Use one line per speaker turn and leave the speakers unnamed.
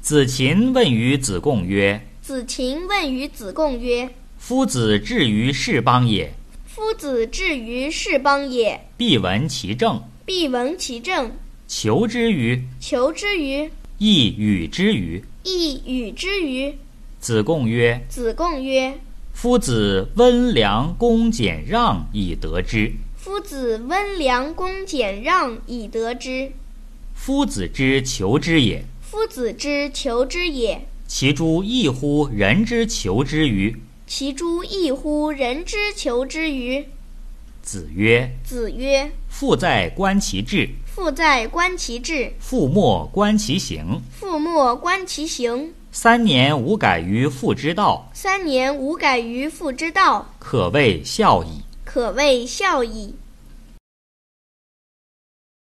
子禽问于子贡曰
子禽问于子贡曰：“
夫子至于是邦也，：“
夫子至于是邦也，
必闻其政；
必闻其政。
求之于，
求之于，
亦与之于。
亦与之于。”
子贡曰”
子贡曰：“
夫子温良恭俭让以得之。：“
夫子温良恭俭让以得之。
夫子之求之也，
夫子之求之也，
其诸异乎人之求之与？”
其诸异乎人之求之于？”
子曰
子曰：“
父在观其志，：“
父在观其志，
父莫观其行。
父莫观其行。
三年无改于父之道，
三年无改于父之道，
可谓孝矣。”
可谓孝矣。”